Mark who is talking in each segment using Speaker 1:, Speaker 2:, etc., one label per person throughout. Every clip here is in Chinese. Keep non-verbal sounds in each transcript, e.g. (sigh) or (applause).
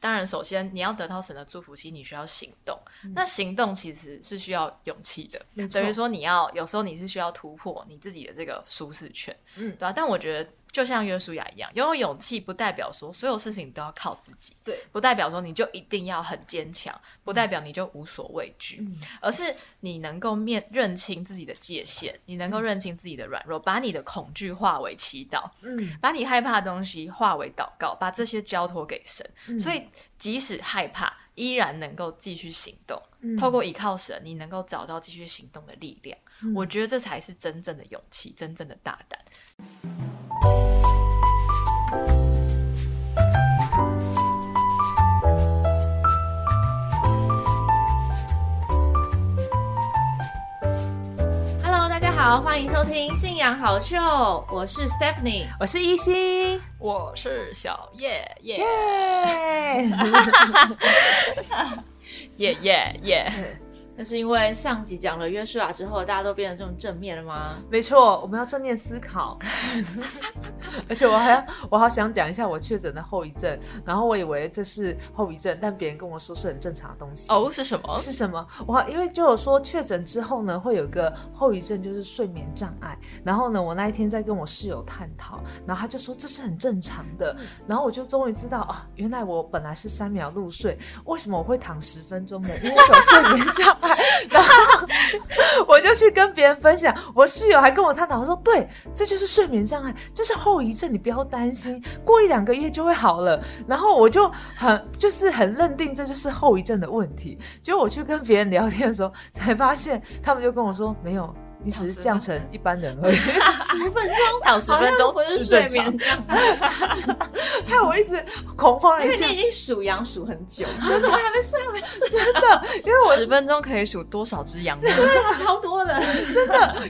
Speaker 1: 当然，首先你要得到神的祝福，其实你需要行动。那行动其实是需要勇气的，
Speaker 2: 嗯没错
Speaker 1: 等于说你要有时候你是需要突破你自己的这个舒适圈，
Speaker 2: 嗯
Speaker 1: 对啊。但我觉得就像约书亚一样，拥有勇气不代表说所有事情都要靠自己，
Speaker 2: 对，
Speaker 1: 不代表说你就一定要很坚强，不代表你就无所畏惧，
Speaker 2: 嗯
Speaker 1: 而是你能够面认清自己的界限，你能够认清自己的软弱，把你的恐惧化为祈祷，
Speaker 2: 嗯，
Speaker 1: 把你害怕的东西化为祷告，把这些交托给神。
Speaker 2: 嗯
Speaker 1: 所以即使害怕，依然能够继续行动。
Speaker 2: 嗯
Speaker 1: 透过依靠神，你能够找到继续行动的力量。
Speaker 2: 嗯
Speaker 1: 我觉得这才是真正的勇气，真正的大胆。
Speaker 2: Hello，大家好，欢迎收听《信仰好秀》，我是 Stephanie。
Speaker 3: 我是一心，
Speaker 1: 我是小叶叶
Speaker 3: 耶！
Speaker 1: 叶叶叶，
Speaker 2: 嗯那是因为上集讲了约书亚之后，大家都变得这么正面了吗？
Speaker 3: (laughs) 没错，我们要正面思考。 (laughs) 而且我还我好想讲一下我确诊的后遗症，然后我以为这是后遗症，但别人跟我说是很正常的东西。
Speaker 1: 哦是什么？
Speaker 3: 是什么？我因为就有说确诊之后呢，会有一个后遗症，就是睡眠障碍。然后呢，我那一天在跟我室友探讨，然后他就说这是很正常的。然后我就终于知道啊，原来我本来是三秒入睡，为什么我会躺十分钟呢？因为我有睡眠障碍。然后我就去跟别人分享，我室友还跟我探讨说，对，这就是睡眠障碍，这是后遗症，你不要担心，过一两个月就会好了。然后我就很就是很认定这就是后遗症的问题。结果我去跟别人聊天的时候，才发现他们就跟我说，没有，你只是降成一般人而已。 (laughs)
Speaker 2: 十分钟，
Speaker 1: 躺十分钟
Speaker 2: 不是
Speaker 3: 是
Speaker 2: 睡
Speaker 3: 正
Speaker 2: 眠
Speaker 3: 常
Speaker 2: 障碍，
Speaker 3: 害我一直恐慌了
Speaker 2: 因
Speaker 3: 一
Speaker 2: 为
Speaker 3: 下
Speaker 2: 你，已经数羊数很久，就是我还没睡，还没睡，真
Speaker 3: 因为我
Speaker 1: 十分钟可以数多少只
Speaker 2: (laughs)
Speaker 1: 羊呢？
Speaker 2: 的超多的。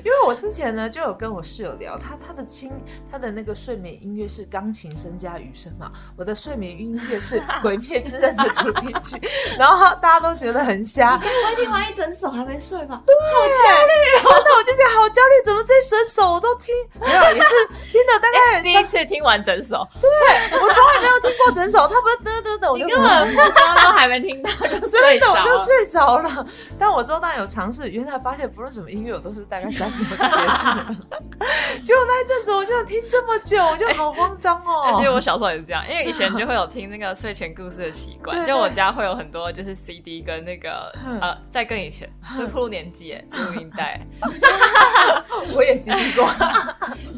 Speaker 3: 因为我之前呢就有跟我室友聊，他他的轻他的那个睡眠音乐是钢琴声加雨声嘛，我的睡眠音乐是《鬼灭之刃》的主题曲，然后大家都觉得很瞎，
Speaker 2: 我听完一整首还没睡吗？
Speaker 3: 真的我就觉得好焦虑，怎么这一整首我都听，没有也是听的大
Speaker 1: (laughs)
Speaker 3: 概
Speaker 1: 第
Speaker 3: 很
Speaker 1: 一
Speaker 3: 像，
Speaker 1: 次听完整首，
Speaker 3: 我从来没有听过整首，他不是噔噔噔，我
Speaker 2: 你
Speaker 3: 就
Speaker 2: 根本副歌都还没听到就睡
Speaker 3: 真的
Speaker 2: 着
Speaker 3: 我就
Speaker 2: 了。
Speaker 3: 睡着了。但我之后当然有尝试，原来发现不论什么音乐，我都是大概三秒就结束了。结果那一阵子我就想听这么久，我就好慌
Speaker 1: (laughs)
Speaker 3: 张
Speaker 1: 哎其实
Speaker 3: 哦。 (laughs)
Speaker 1: 我小时候也是这样，因为以前就会有听那个睡前故事的习惯，
Speaker 3: 对
Speaker 1: 就我家会有很多就是 CD 跟那个呃，在更以前，是铺年纪耶录音带， (laughs)
Speaker 3: 我也经历过，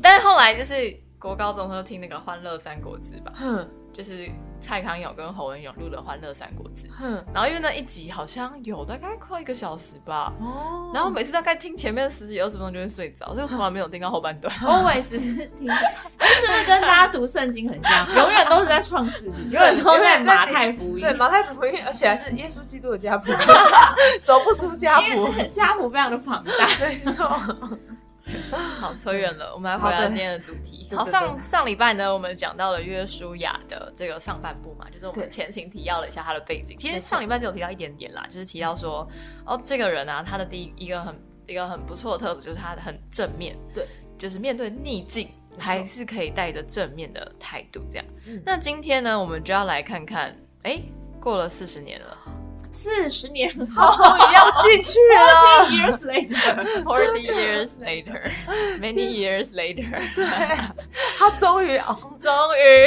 Speaker 1: 但是后来就是国高中的时候听那个《欢乐三国志》吧，
Speaker 3: 哼
Speaker 1: 就是蔡康永跟侯文勇录的《欢乐三国志》，
Speaker 3: 哼
Speaker 1: 然后因为那一集好像有大概快一个小时吧。
Speaker 3: 哦
Speaker 1: 然后每次大概听前面十几二十分钟就会睡着，所以我从来没有听到后半段。
Speaker 2: always 听着，是不是跟大家读圣经很像？永远都是在创世纪，永远都在马太福音
Speaker 3: 对。马太福音，而且还是耶稣基督的家谱，走不出家
Speaker 2: 因
Speaker 3: 谱。
Speaker 2: 为家谱非常的庞大，
Speaker 3: 没错，
Speaker 1: 好，扯远了，我们来回
Speaker 3: 好
Speaker 1: 到
Speaker 3: 的
Speaker 1: 今天的主题。
Speaker 3: 对
Speaker 1: 好，
Speaker 3: 对
Speaker 1: 上
Speaker 3: 对
Speaker 1: 上礼拜呢，我们讲到了约书亚的这个上半部嘛，就是我们
Speaker 3: 对
Speaker 1: 前情提要了一下他的背景。其实
Speaker 3: 没错
Speaker 1: 上礼拜只有提到一点点啦，就是提到说，哦，这个人啊，他的第一一个很一个很不错的特质就是他很正面，
Speaker 3: 对，
Speaker 1: 就是面对逆境
Speaker 3: 错
Speaker 1: 还是可以带着正面的态度这样。
Speaker 3: 嗯
Speaker 1: 那今天呢，我们就要来看看，哎，过了四十年了
Speaker 2: 四十年
Speaker 3: 他
Speaker 2: 后
Speaker 3: 终于要进去了。
Speaker 2: ，years later，
Speaker 1: ，forty years
Speaker 3: (laughs)
Speaker 1: later，many years later，
Speaker 3: 他终于哦熬，
Speaker 1: 终于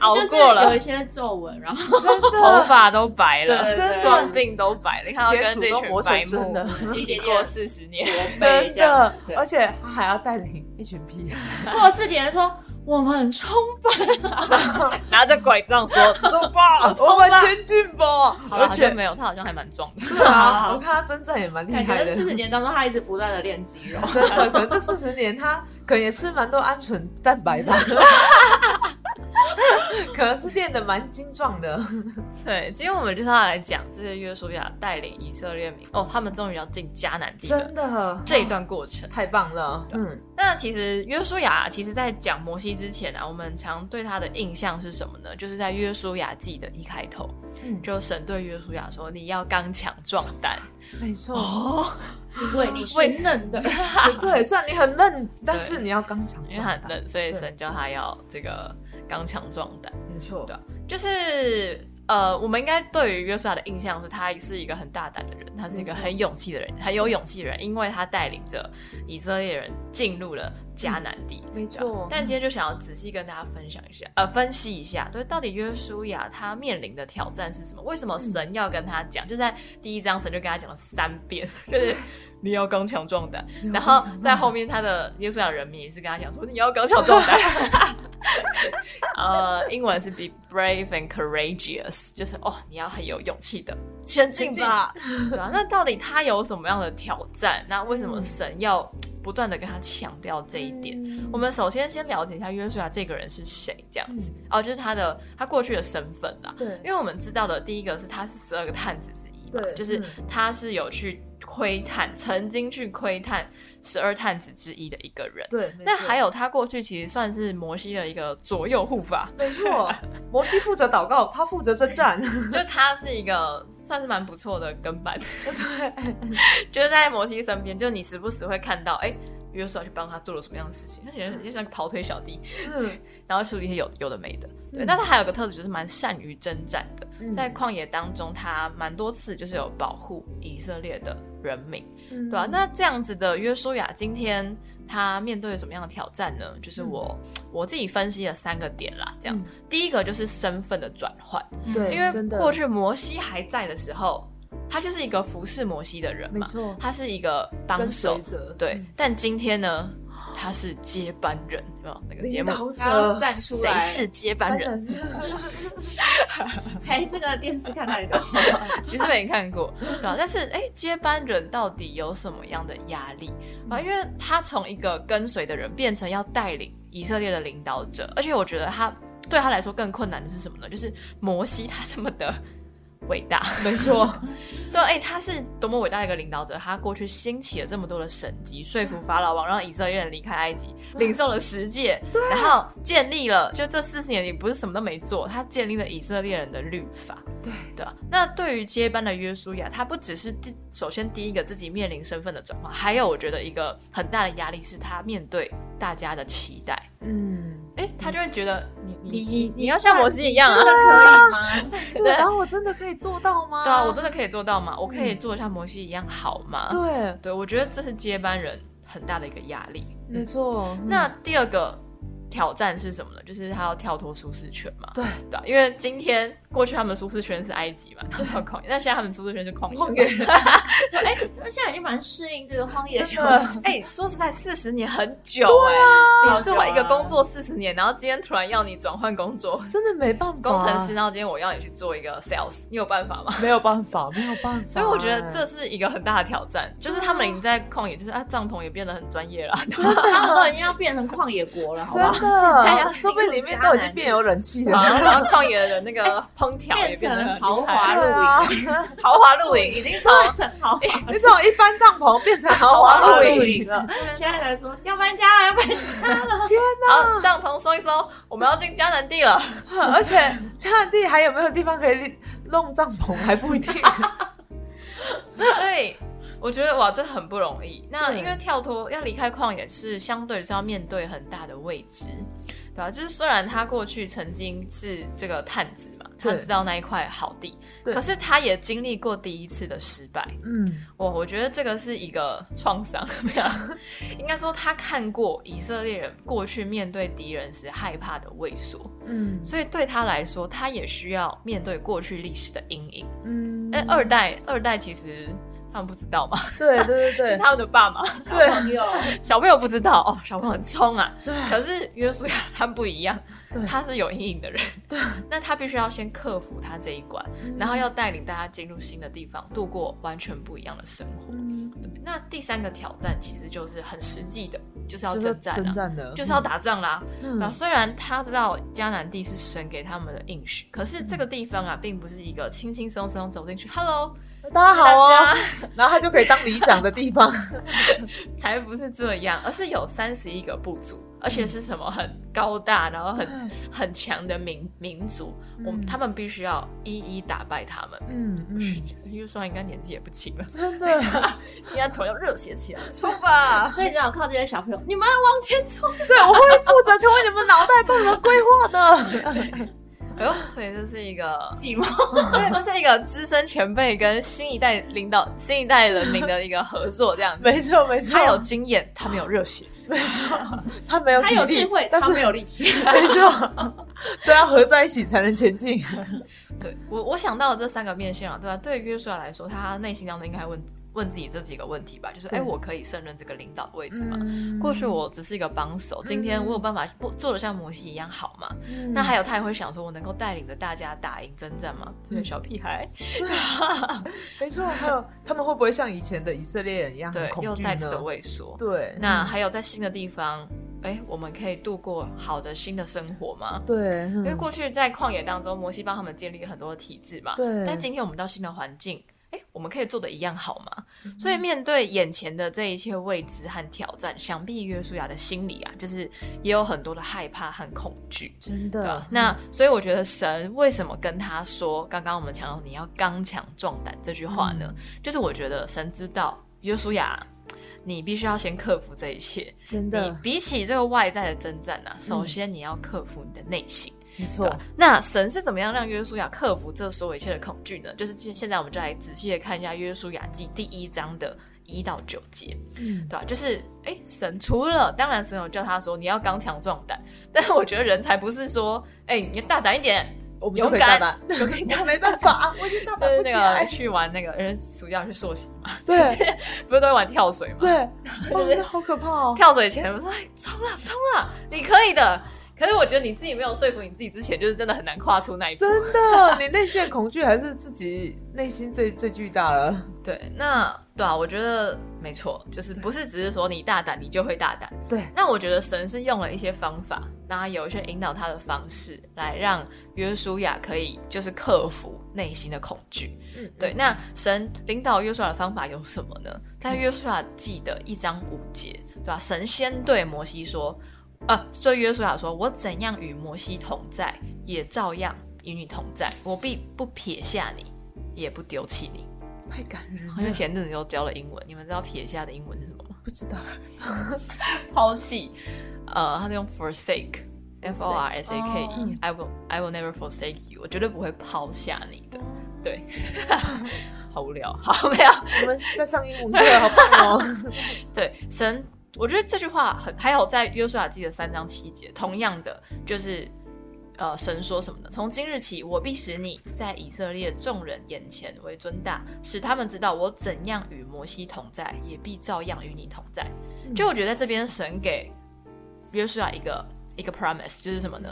Speaker 1: 熬过
Speaker 2: 就是
Speaker 1: 了
Speaker 2: 有一。些皱纹，然后
Speaker 3: 真
Speaker 1: 头
Speaker 3: 的，
Speaker 1: 发都白了，
Speaker 2: 对真的
Speaker 1: 双鬓都白了，你看到跟这群白
Speaker 3: 铁杵都磨成
Speaker 1: 目
Speaker 2: 的
Speaker 1: 一起过四十年， (laughs)
Speaker 2: 美
Speaker 3: 真
Speaker 2: 这样
Speaker 3: 的，
Speaker 2: 对
Speaker 3: 而且他还要带领一群屁孩。
Speaker 2: 过四年说我们很冲吧，
Speaker 1: 拿着拐杖说走吧。
Speaker 3: (laughs) 我们前进吧，
Speaker 1: 而
Speaker 3: 而
Speaker 1: 且
Speaker 3: 且
Speaker 1: 没有，他 (laughs) 好像还蛮壮的。
Speaker 3: 对啊，我看他征战也蛮厉
Speaker 2: 感
Speaker 3: 害
Speaker 2: 觉
Speaker 3: 的，
Speaker 2: 四十
Speaker 3: 真 (laughs)
Speaker 2: 年当中他一直不断的练肌肉。
Speaker 3: 的，可能这四十年他可能也吃蛮多鹌鹑蛋白吧， (laughs) 可能是练的蛮精壮
Speaker 1: (laughs)
Speaker 3: 的，
Speaker 1: (laughs) 对，今天我们就是要来讲这些约书亚带领以色列民哦，他们终于要进迦南地了
Speaker 3: 真的
Speaker 1: 这一段过程。
Speaker 3: 太棒了，嗯，
Speaker 1: 那其实约书亚，其实在讲摩西之前啊，我们常对他的印象是什么呢？就是在约书亚记的一开头，
Speaker 3: 嗯
Speaker 1: 就神对约书亚说：“你要刚强壮胆。”
Speaker 3: 没错，
Speaker 1: 哦，
Speaker 2: 因为你是
Speaker 1: 喂
Speaker 2: 嫩的，
Speaker 3: 对，虽然你很嫩，但是你要刚强
Speaker 1: 因为他
Speaker 3: 壮
Speaker 1: 很
Speaker 3: 胆，
Speaker 1: 嫩，所以神叫他要这个刚强壮胆。
Speaker 3: 没错
Speaker 1: 对，就是呃，我们应该对于约书亚的印象是，他是一个很大胆的人，他是一个很勇气的人，很有勇气的人，因为他带领着以色列人进入了迦南地。
Speaker 3: 嗯没错
Speaker 1: 啊但今天就想要仔细跟大家分享一下，呃，分析一下，对，到底约书亚他面临的挑战是什么？为
Speaker 3: 嗯
Speaker 1: 什么神要跟他讲？就在第一章，神就跟他讲了三遍，就是你要刚强壮胆。
Speaker 3: 要
Speaker 1: 然
Speaker 3: 刚
Speaker 1: 后
Speaker 3: 强壮
Speaker 1: 在
Speaker 3: 胆
Speaker 1: 后面，他的约书亚人民也是跟他讲说，你要刚强壮胆。呃，英文是 be brave and courageous，就是哦，你要很有勇气的前进吧，对啊，那到底他有什么样的挑战？那为什
Speaker 3: 嗯
Speaker 1: 么神要不断的跟他强调这一点？
Speaker 3: 嗯
Speaker 1: 我们首先先了解一下约书亚这个人是谁，这样子、
Speaker 3: 嗯
Speaker 1: 哦，就是他的他过去的身份啦。
Speaker 3: 对
Speaker 1: 因为我们知道的第一个是他是十二个探子之一嘛，
Speaker 3: 对
Speaker 1: 就是
Speaker 3: 嗯
Speaker 1: 他是有去窥探，曾经去窥探十二探子之一的一个人。
Speaker 3: 对，
Speaker 1: 那还
Speaker 3: 有
Speaker 1: 有他过去其实算是摩西的一个左右护
Speaker 3: (laughs)
Speaker 1: 法，
Speaker 3: 没错，摩西负责祷告，他负责
Speaker 1: (laughs)
Speaker 3: 征战。
Speaker 1: 就他是一个算是蛮不错的跟班，对， (laughs) 就是在摩西身边，就你时不时会看到，哎、约书亚去帮他做了什么样的事情，他觉得就像跑腿小弟，
Speaker 3: 嗯，
Speaker 1: 然后处理一些有有的没的。对，
Speaker 3: 嗯
Speaker 1: 但他还有个特质就是蛮善于征战的，
Speaker 3: 嗯
Speaker 1: 在旷野当中，他蛮多次就是有保护以色列的人民，
Speaker 3: 嗯
Speaker 1: 对吧、啊那这样子的约书亚今天他面对什么样的挑战呢？就是我、我自己分析了三个点啦，这样，
Speaker 3: 嗯
Speaker 1: 第一个就是身份的转换。
Speaker 3: 对，
Speaker 1: 因为
Speaker 3: 真的
Speaker 1: 过去摩西还在的时候，他就是一个服侍摩西的人
Speaker 3: 没
Speaker 1: 嘛，
Speaker 3: 错，
Speaker 1: 他是一个帮
Speaker 3: 跟
Speaker 1: 手
Speaker 3: 随，者嗯
Speaker 1: 对。但今天呢，他是接班人，有没有那个节
Speaker 3: 领
Speaker 1: 目？
Speaker 3: 导
Speaker 2: 他要
Speaker 3: 者
Speaker 2: 站出
Speaker 1: 谁
Speaker 2: 来，
Speaker 1: 是接班人？
Speaker 2: 哎，这个电视看太多，
Speaker 1: 其实没看过，对吧、但是哎，接班人到底有什么样的压力啊？因为他从一个跟随的人变成要带领以色列的领导者，而且我觉得他对他来说更困难的是什么呢？就是摩西他这么的伟大，
Speaker 3: 没错，
Speaker 1: 对，哎、他是多么伟大的一个领导者！他过去兴起了这么多的神迹，说服法老王让以色列人离开埃及，领受了十诫，然后建立了，就这四十年也不是什么都没做，他建立了以色列人的律法。
Speaker 3: 对
Speaker 1: 对啊，那对于接班的约书亚，他不只是第首先第一个自己面临身份的转换，还有我觉得一个很大的压力是他面对大家的期待。
Speaker 3: 嗯，
Speaker 1: 哎、他就会觉得嗯你
Speaker 2: 你你
Speaker 1: 你要像摩西一样啊， (laughs) 啊
Speaker 2: 可以吗？
Speaker 3: (laughs) 对，然后我真的可以做到吗？
Speaker 1: 对啊，我真的可以做到吗？我可以做得像摩西一样好吗？
Speaker 3: 对，
Speaker 1: 对，我觉得这是接班人很大的一个压力。
Speaker 3: 没错，
Speaker 1: 嗯
Speaker 3: 嗯
Speaker 1: 那第二个挑战是什么呢？就是他要跳脱舒适圈嘛，
Speaker 3: 对
Speaker 1: 对啊吧因为今天过去他们的舒适圈是埃及嘛，他们要旷 (laughs) 野，那现在他们的舒适圈是旷
Speaker 3: 旷
Speaker 1: 野。
Speaker 2: 我现在已经蛮适应这个荒野
Speaker 3: 真
Speaker 2: 休
Speaker 3: 的
Speaker 2: 息，
Speaker 1: (laughs) 哎、说实在，四十年很久、
Speaker 2: 啊
Speaker 1: 对
Speaker 2: 好
Speaker 1: 你
Speaker 2: 久
Speaker 1: 做一个
Speaker 2: 啊
Speaker 1: 工作四十年，然后今天突然要你转换工作，
Speaker 3: 真的没办法，
Speaker 1: 工程师，然后今天我要你去做一个 sales，你有办法吗？
Speaker 3: 没有办法，没有办法。
Speaker 1: (laughs) 所以我觉得这是一个很大的挑战，就是他们已经在旷野，就是啊，帐篷也变得很专业了。
Speaker 2: 他们都已经要变成旷野国了，好
Speaker 3: 真
Speaker 2: 吧？在要
Speaker 3: 的，
Speaker 2: 进入
Speaker 3: 说不定里面都已经变有冷气了。
Speaker 1: 然 (laughs) 后然后旷野的那个烹调也
Speaker 2: 啊哎变
Speaker 1: 变得
Speaker 2: 成
Speaker 1: 很
Speaker 2: 豪
Speaker 1: 厉害
Speaker 2: 华露
Speaker 3: 对
Speaker 2: 营，
Speaker 3: 啊，
Speaker 1: 豪华露营，已经从
Speaker 2: 变成豪华。
Speaker 3: 你从一般帐篷
Speaker 1: (laughs)
Speaker 3: 变成豪华露营了，
Speaker 2: 现在才说要搬家了，要搬家了
Speaker 1: 好帐篷收一收，我们要进迦南地了。
Speaker 3: 而且加拿地还有没有地方可以弄帐篷还不
Speaker 1: (laughs)
Speaker 3: 一定。
Speaker 1: 所以我觉得哇，这很不容易。那
Speaker 3: 对
Speaker 1: 因为跳脱要离开旷野是相对是要面对很大的未知，对吧、就是虽然他过去曾经是这个探子嘛，他
Speaker 3: 对
Speaker 1: 知道那一块好地，
Speaker 3: 对
Speaker 1: 可是他也经历过第一次的失败。
Speaker 3: 嗯，
Speaker 1: 我我觉得这个是一个创伤，没有， (laughs) 应该说他看过以色列人过去面对敌人时害怕的畏缩，
Speaker 3: 嗯
Speaker 1: 所以对他来说，他也需要面对过去历史的阴影。
Speaker 3: 嗯
Speaker 1: (laughs) 哎、二代二代其实他们不知道嘛，
Speaker 3: 对对
Speaker 1: 是
Speaker 3: 对对
Speaker 1: 他们的爸妈，
Speaker 3: 对
Speaker 2: 朋友，
Speaker 1: (laughs) 小朋友不知道哦，小朋友很冲啊。
Speaker 3: 对
Speaker 1: (laughs) 可是约书亚他不一样
Speaker 3: 对，
Speaker 1: 他是有阴影的人，对，嗯那他必须要先克服他这一关，然后要带领大家进入新的地方，度过完全不一样的生活。
Speaker 3: 嗯
Speaker 1: 那第三个挑战其实就是很实际的，就是要
Speaker 3: 就是
Speaker 1: 征战
Speaker 3: 征
Speaker 1: 啊，
Speaker 3: 战的，
Speaker 1: 就是要打仗啦。
Speaker 3: 嗯
Speaker 1: 然后虽然他知道迦南地是神给他们的应许，可是这个地方啊，并不是一个轻轻松松走进去，Hello，
Speaker 3: 大家好哦
Speaker 1: 大，家
Speaker 3: (laughs) 然后他就可以当里长的地方。
Speaker 1: (laughs) 才不是这样，而是有三十一个部族，而
Speaker 3: 嗯
Speaker 1: 且是什么很高大，然后很很强的民民族，我们
Speaker 3: 嗯
Speaker 1: 他们必须要一一打败他们。
Speaker 3: 嗯
Speaker 1: (laughs)
Speaker 3: 嗯，
Speaker 1: 约书亚应该年纪也不轻了， (laughs)
Speaker 3: 真的，
Speaker 1: 应该头要热血起来，
Speaker 3: (laughs)
Speaker 1: 出吧！
Speaker 2: 所以只好靠这些小朋友，你们往前冲。
Speaker 1: (laughs)
Speaker 3: 对我会负责成为你们脑袋帮你们规划的。
Speaker 1: 哎呦，所以这是一个，
Speaker 2: 寂寞。
Speaker 3: 嗯
Speaker 1: 对，这是一个资深前辈跟新一代领导、新一代人民的一个合作，这样子。
Speaker 3: 没错没错，
Speaker 1: 他有经验，他没有热血。
Speaker 3: 没错，他没有
Speaker 2: 他有
Speaker 3: 体力
Speaker 2: 智慧，
Speaker 3: 但
Speaker 2: 他
Speaker 3: 是
Speaker 2: 没有力气。
Speaker 3: (laughs) 没错，所以要合在一起才能
Speaker 1: (laughs)
Speaker 3: 前进。
Speaker 1: 对我，我想到的这三个面向啊，对吧、对于约书亚来说，他内心当中应该问问自己这几个问题吧，就是哎，
Speaker 3: 对
Speaker 1: 我可以胜任这个领导位置吗？
Speaker 3: 嗯
Speaker 1: 过去我只是一个帮手，今天我有办法不做的像摩西一样好吗？
Speaker 3: 嗯
Speaker 1: 那还有他也会想说，我能够带领着大家打赢征战吗？
Speaker 3: 嗯
Speaker 1: 这些小屁孩，
Speaker 3: 没错，
Speaker 1: (laughs)
Speaker 3: 还有他们会不会像以前的以色列人一样很
Speaker 1: 对，
Speaker 3: 恐
Speaker 1: 又
Speaker 3: 惧
Speaker 1: 再次的
Speaker 3: 呢？
Speaker 1: 畏缩。
Speaker 3: 对，
Speaker 1: 那还有在新的地方，哎，我们可以度过好的新的生活吗？
Speaker 3: 对，嗯因
Speaker 1: 因为过去在旷野当中，摩西帮他们建立很多体制嘛。
Speaker 3: 对
Speaker 1: 但今天我们到新的环境，哎，我们可以做的一样好吗？所以面对眼前的这一切未知和挑战，想必约书亚的心里啊，就是也有很多的害怕和恐惧。
Speaker 3: 真
Speaker 1: 对啊
Speaker 3: 的
Speaker 1: 吧？那所以我觉得神为什么跟他说，刚刚我们强调你要刚强壮胆这句话呢？就是我觉得神知道约书亚，啊你必须要先克服这一切。
Speaker 3: 真
Speaker 1: 你
Speaker 3: 的
Speaker 1: 比起这个外在的征战啊，首先你要克服你的内心。
Speaker 3: 没错
Speaker 1: 吧，啊那神是怎么样让约书亚克服这所有一切的恐惧呢？就是现现在我们就来仔细的看一下约书亚记第一章的一到九节，
Speaker 3: 嗯
Speaker 1: 对，吧、就是哎，神除了当然神有叫他说你要刚强壮胆， (laughs) 但是我觉得人才不是说哎你大胆一点，啊
Speaker 3: 我们就
Speaker 1: 勇
Speaker 3: 可以大胆
Speaker 1: 敢，，就可以大
Speaker 3: 我 (laughs) 没办法，我已经大
Speaker 1: 就
Speaker 3: 胆
Speaker 1: 是
Speaker 3: 不起
Speaker 1: 那个
Speaker 3: 来。
Speaker 1: 去玩那个人暑假去溯溪嘛，
Speaker 3: (laughs) 对
Speaker 1: 不是都会玩跳 (laughs) 水吗？
Speaker 3: 对，哇，那好可
Speaker 1: (laughs)
Speaker 3: 怕哦！
Speaker 1: 跳水前我说哎冲啦冲啦，你可以的。可是我觉得你自己没有说服你自己之前，就是真的很难跨出那一步。
Speaker 3: 真的，你内心的恐惧还是自己内心最最巨大了。
Speaker 1: 对，那对啊，我觉得没错，就是不是只是说你大胆你就会大胆。
Speaker 3: 对，
Speaker 1: 那我觉得神是用了一些方法，那有一些引导他的方式，来让约书亚可以就是克服内心的恐惧。
Speaker 3: 嗯
Speaker 1: 对，那神领导约书亚的方法有什么呢？在约书亚记的一章五节，对吧、神先对摩西说，呃，对约书亚说：“我怎样与摩西同在，也照样与你同在，我必不撇下你，也不丢弃你。”
Speaker 3: 嗯太感人
Speaker 1: 因为
Speaker 3: 了，
Speaker 1: 前阵子又教了英文，你们知道撇下的英文是什么吗？
Speaker 3: 不知道 (laughs)
Speaker 1: 抛弃，呃，他是用 forsake。F O R S A K E, I will I will never forsake you，我绝对不会抛下你的。对，好无聊，好没有。
Speaker 3: 我们在上英文课，好棒哦！
Speaker 1: 对，神，我觉得这句话很，还有在约书亚记的三章七节，同样的就是，呃，神说什么呢？从今日起，我必使你在以色列众人眼前为尊大，使他们知道我怎样与摩西同在，也必照样与你同在。
Speaker 3: 嗯
Speaker 1: 就我觉得在这边神给约书亚一个一个 promise，就是什么呢？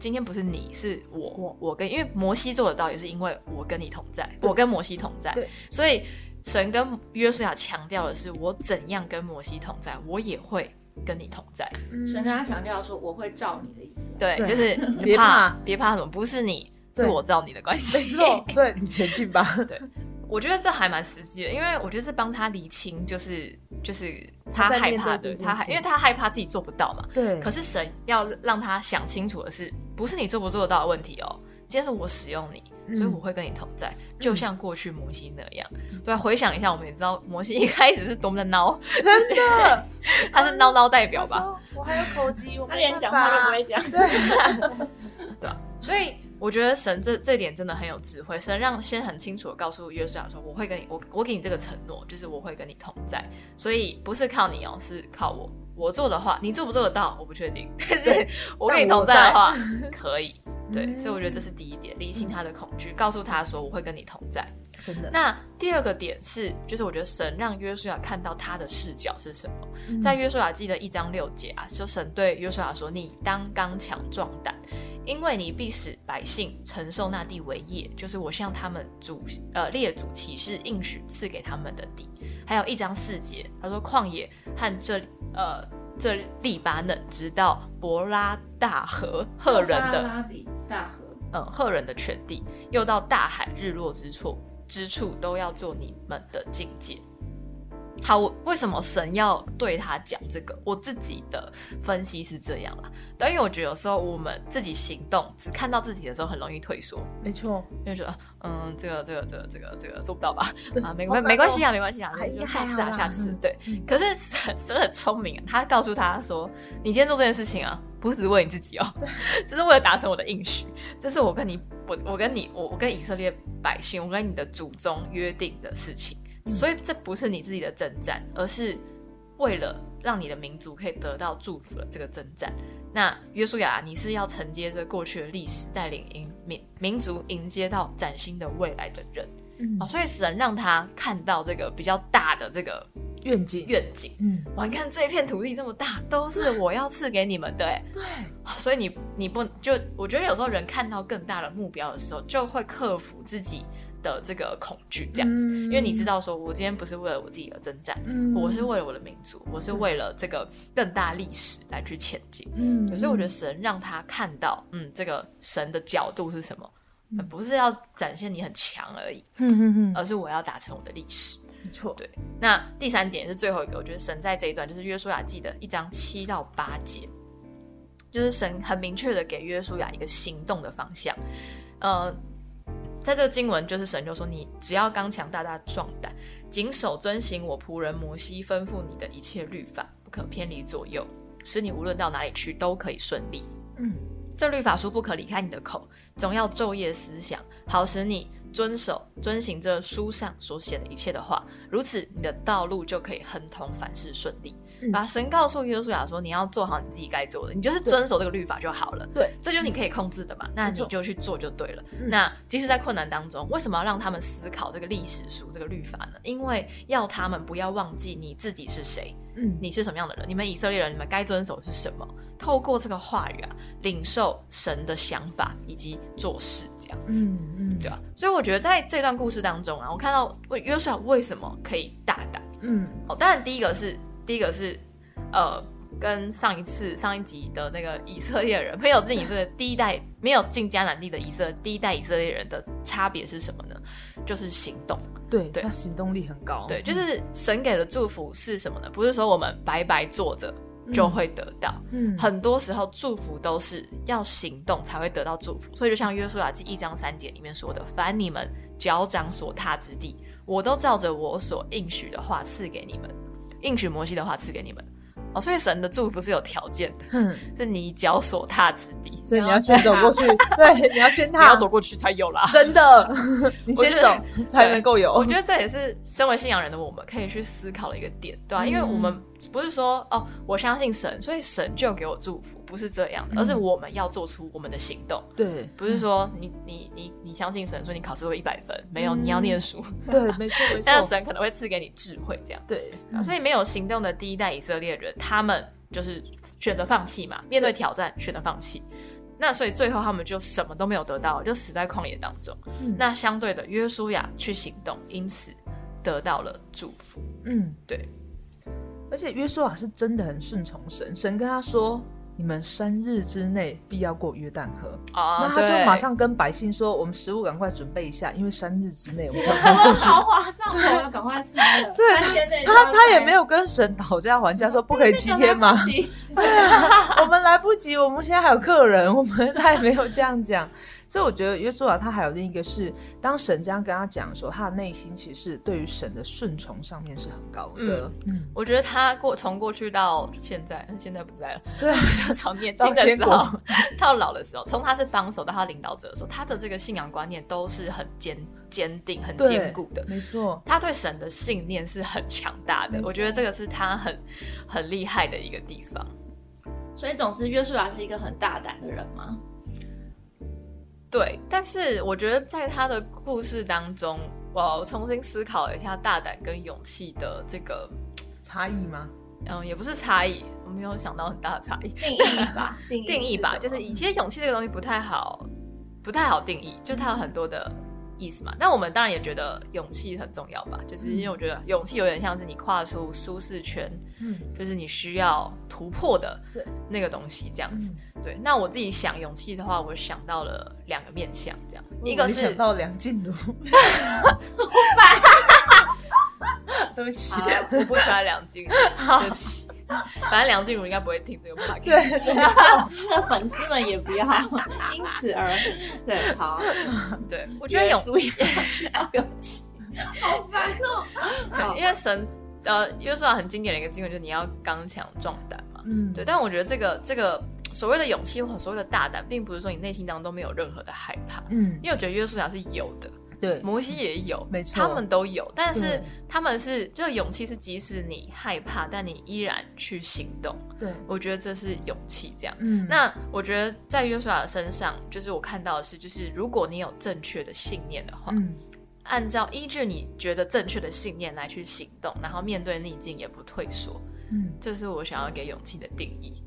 Speaker 1: 今天不是你，是我，我
Speaker 3: 我
Speaker 1: 跟因为摩西做得到，也是因为我跟你同在，我跟摩西同在，
Speaker 3: 对，
Speaker 1: 所以神跟约书亚强调的是，我怎样跟摩西同在，我也会跟你同在，
Speaker 2: 神啊跟他强调说：“我会照你的意思。”
Speaker 1: 对，
Speaker 3: 对
Speaker 1: 就是
Speaker 3: (laughs) 别
Speaker 1: 怕
Speaker 3: 怕
Speaker 1: 别怕什么，不是你，是
Speaker 3: 对
Speaker 1: 我造你的关系，
Speaker 3: (laughs) 没 (laughs) 错，所以你前进吧。
Speaker 1: 我觉得这还蛮实际的，因为我觉得是帮他理清，就是就是他
Speaker 3: 他在
Speaker 1: 害
Speaker 3: 面
Speaker 1: 怕
Speaker 3: 对
Speaker 1: 的，
Speaker 3: 这件
Speaker 1: 他害，
Speaker 3: 事
Speaker 1: 因为他害怕自己做不到嘛。
Speaker 3: 对
Speaker 1: 可是神要让他想清楚的是，不是你做不做得到的问题哦。今天是我使用你，
Speaker 3: 嗯
Speaker 1: 所以 (laughs) 我会跟你同在，就像过去摩西那样。对啊，回想一下，我们也知道摩西一开始是多么的孬，
Speaker 3: 真的， (laughs)
Speaker 1: 他是孬孬代表
Speaker 3: 他
Speaker 1: 吧？
Speaker 3: 说我还有口疾，我
Speaker 2: 他
Speaker 3: 没
Speaker 2: 连
Speaker 3: 办
Speaker 2: 讲
Speaker 3: 法
Speaker 2: 话都不会讲，
Speaker 1: 对、啊，所以我觉得神这这点真的很有智慧，神让先很清楚的告诉约书亚说，我会跟你，我我给你这个承诺，就是我会跟你同在，所以不是靠你哦，是靠我。我做的话，你做不做得到，我不确定， (laughs) 但是我跟你同在的话，可以。对，所以我觉得这是第一点，理清他的恐惧，告诉他说我会跟你同在。
Speaker 3: 真的，
Speaker 1: 那第二个点是，就是我觉得神让约书亚看到他的视角是什么。
Speaker 3: 嗯
Speaker 1: 在约书亚记的一章六节啊，就神对约书亚说：“你当刚强壮胆，因为你必使百姓承受那地为业，就是我向他们主呃列祖起誓应许赐给他们的地。”还有一章四节，他说：“旷野和这呃这利巴嫩，直到伯拉大河赫人的
Speaker 2: 拉比大河。
Speaker 1: 嗯赫人的全地，又到大海日落之处之处，都要做你们的境界。好，我为什么神要对他讲这个？我自己的分析是这样啦，对，因为我觉得有时候我们自己行动只看到自己的时候，很容易退缩，
Speaker 3: 没错，
Speaker 1: 就觉得嗯，这个这个这个这个这个做不到吧？啊，没关没关系啊，没关系啊，
Speaker 3: 还
Speaker 1: 就下次
Speaker 3: 还
Speaker 1: 啊，
Speaker 3: 好啦
Speaker 1: 下次
Speaker 3: 嗯
Speaker 1: 对。可是神神很聪明啊，他告诉他说，你今天做这件事情啊，不是只是为你自己哦， (laughs) 这是为了达成我的应许，这是我跟你我我跟你我我跟以色列百姓，我跟你的祖宗约定的事情。
Speaker 3: 嗯
Speaker 1: 所以这不是你自己的征战，而是为了让你的民族可以得到祝福的这个征战。那约书亚，你是要承接着过去的历史，带领迎民民族迎接到崭新的未来的人
Speaker 3: 嗯
Speaker 1: 哦，，所以神让他看到这个比较大的这个
Speaker 3: 愿景，
Speaker 1: 愿景。
Speaker 3: 嗯，
Speaker 1: 哇，你看这片土地这么大，都是我要赐给你们的哎。
Speaker 3: 对，
Speaker 1: 所以你你不就我觉得有时候人看到更大的目标的时候，就会克服自己的这个恐惧，这样子，
Speaker 3: 嗯
Speaker 1: 因为你知道说，我今天不是为了我自己而征战，
Speaker 3: 嗯
Speaker 1: 我是，为了我的民族，我是为了这个更大历史来去前进。
Speaker 3: 嗯
Speaker 1: 对所以我觉得神让他看到，嗯，这个神的角度是什么？呃不是要展现你很强而已，
Speaker 3: 嗯嗯嗯，
Speaker 1: 而是我要达成我的历史。
Speaker 3: 没错，
Speaker 1: 呃对那第三点是最后一个，我觉得神在这一段就是约书亚记的一章七到八节，就是神很明确的给约书亚一个行动的方向。呃，在这个经文就是神就说：“你只要刚强大大壮胆，谨守遵行我仆人摩西吩咐你的一切律法，不可偏离左右，使你无论到哪里去都可以顺利。”
Speaker 3: 嗯，
Speaker 1: 这律法书不可离开你的口，总要昼夜思想，好使你遵守遵行这书上所写的一切的话。如此，你的道路就可以亨通，凡事顺利。
Speaker 3: 嗯
Speaker 1: 把神告诉约书亚说，你要做好你自己该做的，你就是遵守这个律法就好了。
Speaker 3: 对，嗯
Speaker 1: 这就是你可以控制的嘛，那
Speaker 3: 没
Speaker 1: 你
Speaker 3: 错
Speaker 1: 就去做就对了。
Speaker 3: 嗯
Speaker 1: 那即使在困难当中，为什么要让他们思考这个历史书、这个律法呢？因为要他们不要忘记你自己是谁，
Speaker 3: 嗯，
Speaker 1: 你是什么样的人，你们以色列人，你们该遵守是什么？透过这个话语啊，领受神的想法以及做事，这样子，
Speaker 3: 嗯嗯，
Speaker 1: 对吧、所以我觉得在这段故事当中啊，我看到为约书亚为什么可以大胆
Speaker 3: 嗯，
Speaker 1: 哦，当然第一个是第一个是呃，跟上一次上一集的那个以色列人没有进以色列第一代没有进迦南地的以色第一代以色列人的差别是什么呢？就是行动。
Speaker 3: 对，
Speaker 1: 对
Speaker 3: 他行动力很高，
Speaker 1: 对，就是神给的祝福是什么呢？不是说我们白白坐着就会得到。
Speaker 3: 嗯
Speaker 1: 很多时候祝福都是要行动才会得到祝福，所以就像约书亚记一章三节里面说的：“凡你们脚掌所踏之地，我都照着我所应许的话赐给你们，应许摩西的话赐给你们。”哦，所以神的祝福是有条件的，
Speaker 3: 嗯，
Speaker 1: 是你脚所踏之地，
Speaker 3: 所以你要先走
Speaker 1: (laughs)
Speaker 3: 过去，对，你要先
Speaker 1: 你
Speaker 3: 踏，
Speaker 1: 要走过去才有啦。(laughs)
Speaker 3: 真的，你
Speaker 1: 我觉
Speaker 3: 先
Speaker 1: 得
Speaker 3: 走才能够
Speaker 1: (laughs)
Speaker 3: 有。
Speaker 1: 我觉得这也是身为信仰人的我们可以去思考的一个点，对吧、啊
Speaker 3: 嗯
Speaker 1: 因为我们不是说哦，我相信神，所以神就给我祝福，不是这
Speaker 3: 嗯
Speaker 1: 样的，而是我们要做出我们的行动，
Speaker 3: 对
Speaker 1: 不是说你你你你相信神，所以你考试会一百分，没有，
Speaker 3: 嗯
Speaker 1: 你要念书，
Speaker 3: 对，没错
Speaker 1: (laughs)
Speaker 3: 嗯没
Speaker 1: 但
Speaker 3: 错，
Speaker 1: 是神可能会赐给你智慧，这样。
Speaker 3: 对，
Speaker 1: 所以没有行动的第一代以色列人，他们就是选择放弃嘛，面对挑战选择放弃。那所以最后他们就什么都没有得到，就死在旷野当中。
Speaker 3: 嗯
Speaker 1: 那相对的，约书亚去行动，因此得到了祝福。
Speaker 3: 嗯
Speaker 1: 对。
Speaker 3: 而且约书亚是真的很顺从神，神跟他说：“你们三日之内必要过约旦河。
Speaker 1: 啊
Speaker 3: 那他就马上跟百姓说：“我们食物赶快准备一下，因为三日之内我们就要
Speaker 2: 我
Speaker 3: 过
Speaker 2: 们
Speaker 3: 过去。
Speaker 2: 好划算，我 (laughs) 要赶快吃了。
Speaker 3: 对
Speaker 2: 三天内就要
Speaker 3: 他他也
Speaker 2: 吃
Speaker 3: 没有跟神讨价还价，说不可以七天吗？ (laughs) 我们来不及，我们现在还有客人，我们他也没有这样讲。 (laughs) 所以我觉得约书亚他还有另一个是，当神这样跟他讲的时候，他的内心其实是对于神的顺从上面是很高的。嗯，
Speaker 1: 我觉得他过从过去到现在，现在不在了， (laughs)
Speaker 3: 对，
Speaker 1: 就从年轻
Speaker 3: 到
Speaker 1: 的
Speaker 3: 天
Speaker 1: 时
Speaker 3: 国
Speaker 1: 候 (laughs) 到老的时候，从他是帮手到他领导者的时候，他的这个信仰观念都是很坚坚定、很
Speaker 3: 对
Speaker 1: 坚固的。
Speaker 3: 没错。
Speaker 1: 他对神的信念是很强大的
Speaker 3: 没，错
Speaker 1: 我觉得这个是他很很厉害的一个地方。
Speaker 2: 所以总之，约书亚是一个很大胆的人嘛。
Speaker 1: 对，但是我觉得在他的故事当中，我重新思考了一下大胆跟勇气的这个，
Speaker 3: 差异吗？
Speaker 1: 嗯，也不是差异，我没有想到很大的差异。
Speaker 2: 定义吧， (laughs) 定义
Speaker 1: 定义吧，
Speaker 2: 什
Speaker 1: 就
Speaker 2: 么
Speaker 1: 是以其实勇气这个东西不太好，不太好定义，就它有很多的意思嘛。那我们当然也觉得勇气很重要吧，就是因为我觉得勇气有点像是你跨出舒适圈，
Speaker 3: 嗯，
Speaker 1: 就是你需要突破的
Speaker 3: 对
Speaker 1: 那个东西这
Speaker 3: 嗯
Speaker 1: 样子。
Speaker 2: 嗯
Speaker 1: 对，那我自己想勇气的话，我想到了两个面向，这样一个 (laughs)
Speaker 3: 我没
Speaker 1: 是
Speaker 3: 想到梁静茹，
Speaker 1: 对不
Speaker 3: (laughs)
Speaker 1: 起，我不喜欢梁静
Speaker 2: (laughs)
Speaker 1: 茹，对不起。反正梁静茹应该不会听这个 podcast。 (laughs)
Speaker 2: 他的粉丝们也不要 (laughs) 因此而 (laughs) 对好，
Speaker 1: 对，我觉得永
Speaker 2: 输赢 (laughs) 表情，好烦哦。好
Speaker 1: 因为神呃，因为说很经典的一个经文，就是你要刚强壮胆嘛。
Speaker 3: 嗯，
Speaker 1: 对，但我觉得这个这个所谓的勇气或所谓的大胆，并不是说你内心当中没有任何的害怕，
Speaker 3: 嗯，
Speaker 1: 因为我觉得约书亚是有的，
Speaker 3: 对，
Speaker 1: 摩西也有，
Speaker 3: 没错
Speaker 1: 他们都有，但是
Speaker 3: 对
Speaker 1: 他们是这个勇气是，即使你害怕，但你依然去行动。
Speaker 3: 对，
Speaker 1: 我觉得这是勇气，这样。
Speaker 3: 嗯，
Speaker 1: 那我觉得在约书亚的身上，就是我看到的是，就是如果你有正确的信念的话，
Speaker 3: 嗯
Speaker 1: 按照依据你觉得正确的信念来去行动，然后面对逆境也不退缩，
Speaker 3: 嗯，
Speaker 1: 这是我想要给勇气的定义。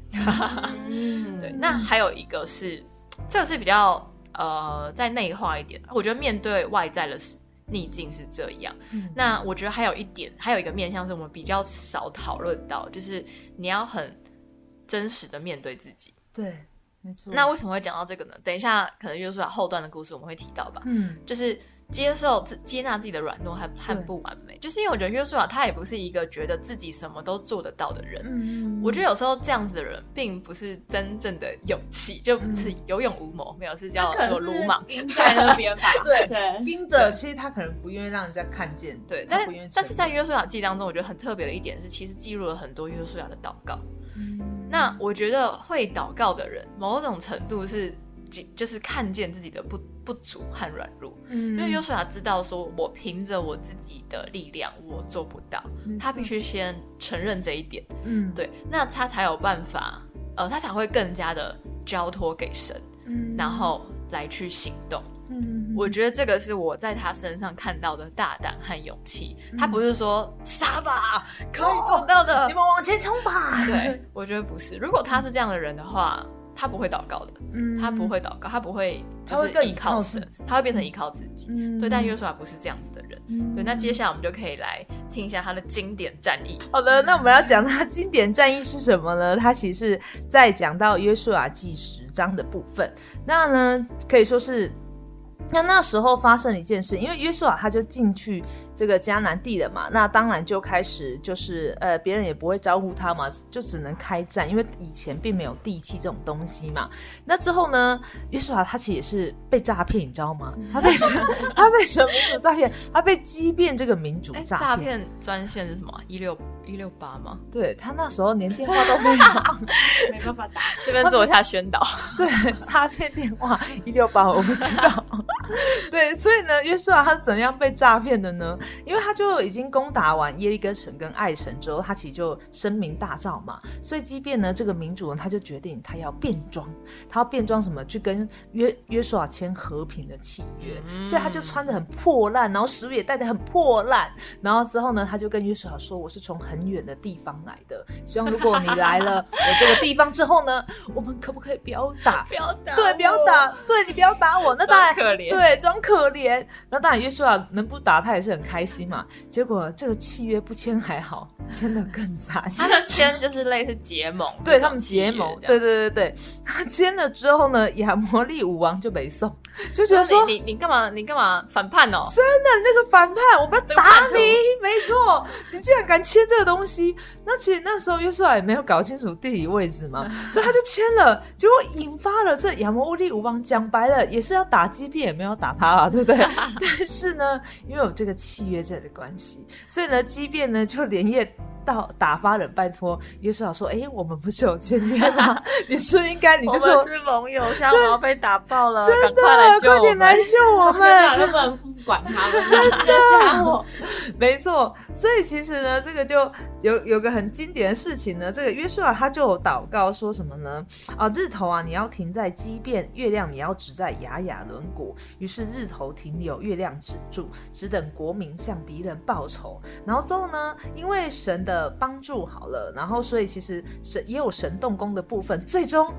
Speaker 2: 嗯，
Speaker 1: 对，那还有一个是，这个是比较呃在内化一点。我觉得面对外在的事逆境是这样。
Speaker 3: 嗯
Speaker 1: 那我觉得还有一点，还有一个面向是我们比较少讨论到，就是你要很真实的面对自己。
Speaker 3: 对，没错。
Speaker 1: 那为什么会讲到这个呢？等一下可能约书亚后段的故事我们会提到吧。
Speaker 3: 嗯，
Speaker 1: 就是接受自接纳自己的软弱和和
Speaker 3: 对
Speaker 1: 不完美，就是因为我觉得约书亚他也不是一个觉得自己什么都做得到的人，
Speaker 3: 嗯，
Speaker 1: 我
Speaker 3: 我。
Speaker 1: 觉得有时候这样子的人，并不是真正的勇气，就不是有勇无谋，没有是叫
Speaker 2: 可
Speaker 1: 做
Speaker 2: 是
Speaker 1: 鲁莽。
Speaker 2: 赢在那边吧
Speaker 3: 对
Speaker 2: (laughs) 对，
Speaker 3: 盯着，其实他可能不愿意让人家看见，
Speaker 1: 嗯对，
Speaker 3: 他
Speaker 1: 但
Speaker 3: 不愿意
Speaker 1: 但是
Speaker 3: 承
Speaker 1: 在约书亚记当中，我觉得很特别的一点是，其实记录了很多约书亚的祷告。
Speaker 3: 认，
Speaker 1: 那我觉得会祷告的人，某种程度是就就是看见自己的不不足和软弱，
Speaker 3: 嗯
Speaker 1: 因为约书亚知道说，我凭着我自己的力量，我做不到，
Speaker 3: 嗯
Speaker 1: 他必须先承认这一点，
Speaker 3: 嗯，
Speaker 1: 对，那他才有办法，呃，他才会更加的交托给神。
Speaker 3: 嗯
Speaker 1: 然后来去行动。
Speaker 3: 嗯，
Speaker 1: 我觉得这个是我在他身上看到的大胆和勇气。他
Speaker 3: 嗯
Speaker 1: 不是说杀吧，可以做到的
Speaker 3: 你。们往前冲吧，
Speaker 1: 对，我觉得不是。如果他是这样的人的话，他不会祷告的，
Speaker 3: 嗯
Speaker 1: 他不，会祷告，他不会
Speaker 3: 他
Speaker 1: 就
Speaker 3: 会
Speaker 1: 是
Speaker 3: 更
Speaker 1: 依
Speaker 3: 依靠
Speaker 1: 靠
Speaker 3: 自
Speaker 1: 神
Speaker 3: 己，
Speaker 1: 他会变成依靠自己。
Speaker 3: 嗯
Speaker 1: 对，但约书亚不是这样子的人。对，那接下来我们就可以来听一下他的经典战役。
Speaker 3: 好的，那我们要讲他经典战役是什么呢？他其实是在讲到约啊书亚记十章的部分。那呢，可以说是。那那时候发生了一件事，因为约书亚他就进去这个迦南地了嘛，那当然就开始就是呃，别人也不会招呼他嘛，就只能开战，因为以前并没有地契这种东西嘛。那之后呢，约书亚他其实也是被诈骗，你知道吗？他被什他被什么民主诈骗？他被畸变这个民主
Speaker 1: 哎，
Speaker 3: 诈
Speaker 1: 诈骗专线是什么？啊一六一六八
Speaker 3: (laughs)
Speaker 1: 吗？
Speaker 3: 对他那时候连电话都没有，
Speaker 2: 没办法打。
Speaker 1: 这边做一下宣导。
Speaker 3: 对，诈骗电话一六八我不知道。对，所以呢，约书亚他是怎么样被诈骗的呢？因为他就已经攻打完耶利哥城跟爱城之后，他其实就声名大噪嘛，所以即便呢这个民主人他就决定他要变装，他要变装什么去跟约约书亚签和平的契约，所以他就穿的很破烂，然后食物也带的很破烂，然后之后呢他就跟约书亚说我是从很远的地方来的，希望如果你
Speaker 1: (laughs)
Speaker 3: 来了我这个地方之后呢，我们可不可以不要打？
Speaker 1: 不要打
Speaker 3: 对，不要打，对你不要打我，那当然
Speaker 1: 装可怜
Speaker 3: 对，装可怜。那当然，约书亚能不打他也是很开心嘛。结果这个契约不签还好，签的更惨。
Speaker 1: (laughs) 他的签就是类似结盟，
Speaker 3: 对他们结盟，
Speaker 1: 这样
Speaker 3: 对对对对，他签了之后呢，亚摩利武王就没送，就觉得
Speaker 1: 就是
Speaker 3: 说
Speaker 1: 你你你干嘛你干嘛反叛哦？
Speaker 3: 那个反叛，我们要
Speaker 1: 这个
Speaker 3: 打
Speaker 1: 叛徒
Speaker 3: 你，没错，你居然敢签这个东西。那其实那时候约书亚也没有搞清楚地理位置嘛，所以他就签了，结果引发了这亚摩乌利吴王。讲白了，也是要打击毙，也没有打他啊，对 (laughs) 不对？但是呢，因为有这个契约在的关系，所以呢，畸变呢就连夜。到打发人，拜托约书亚说：“哎、我们不是有签约吗？你是应该，你就说
Speaker 1: 我们是盟友，现在我要被打爆了，赶
Speaker 3: 真的
Speaker 1: 快来，救
Speaker 3: 快
Speaker 1: 我
Speaker 3: 点来
Speaker 1: 们！
Speaker 3: 救我
Speaker 2: 啊他
Speaker 1: 啊
Speaker 3: 们！”
Speaker 2: 们根本不管他们，真的家伙，
Speaker 3: 没错，所以其实呢，这个就有有个很经典的事情呢，这个约书亚他就有祷告说什么呢？啊，日头啊，你要停在畸变，月亮你要止在雅雅伦国。于是日头停留，月亮止住，只等国民向敌人报仇。然后之后呢，因为神的帮助好了，然后所以其实神也有神动工的部分，最终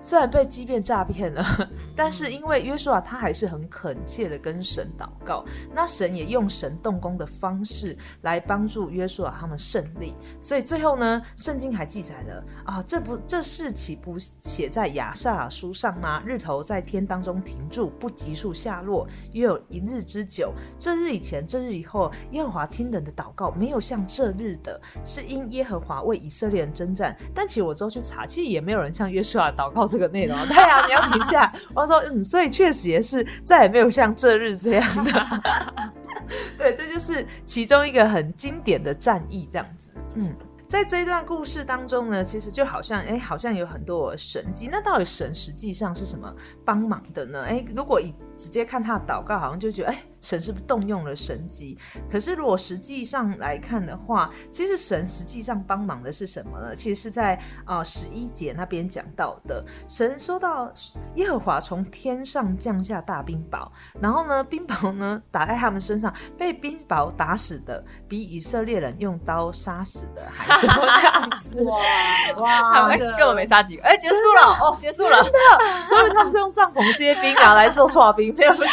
Speaker 3: 虽然被畸变诈骗了， (laughs) 但是因为约书亚他还是很恳切的跟神祷告，那神也用神动工的方式来帮助约书亚他们胜利。所以最后呢，圣经还记载了啊，这不这事岂不写在亚萨尔书上吗？日头在天当中停住，不急速下落，约有一日之久。这日以前，这日以后，耶和华听人的祷告，没有像这日的，是因耶和华为以色列人征战。但其实我之后去查，其实也没有人像约书亚祷告这个内容。对啊， (laughs) 你要停下来。我说，嗯，所以确实也是再也没有像这日这样的。 (laughs) 对，这就是其中一个很经典的战役，这样子。嗯。在这一段故事当中呢，其实就好像，哎、好像有很多神迹。那到底神实际上是什么帮忙的呢？哎、如果以直接看他的祷告，好像就觉得，哎、神是不是动用了神迹？可是如果实际上来看的话，其实神实际上帮忙的是什么呢？其实是在啊十一节那边讲到的，神说到耶和华从天上降下大冰雹，然后呢，冰雹呢打在他们身上，被冰雹打死的比以色列人用刀杀死的还多，这样子。
Speaker 2: (laughs) 哇
Speaker 1: 他
Speaker 2: 哇
Speaker 1: 们哎根本没杀几个，哎，结束了哦，结束了，
Speaker 3: 所以他们是用帐篷接冰
Speaker 1: (laughs)
Speaker 3: 啊来做刨冰，没有 (laughs) 错。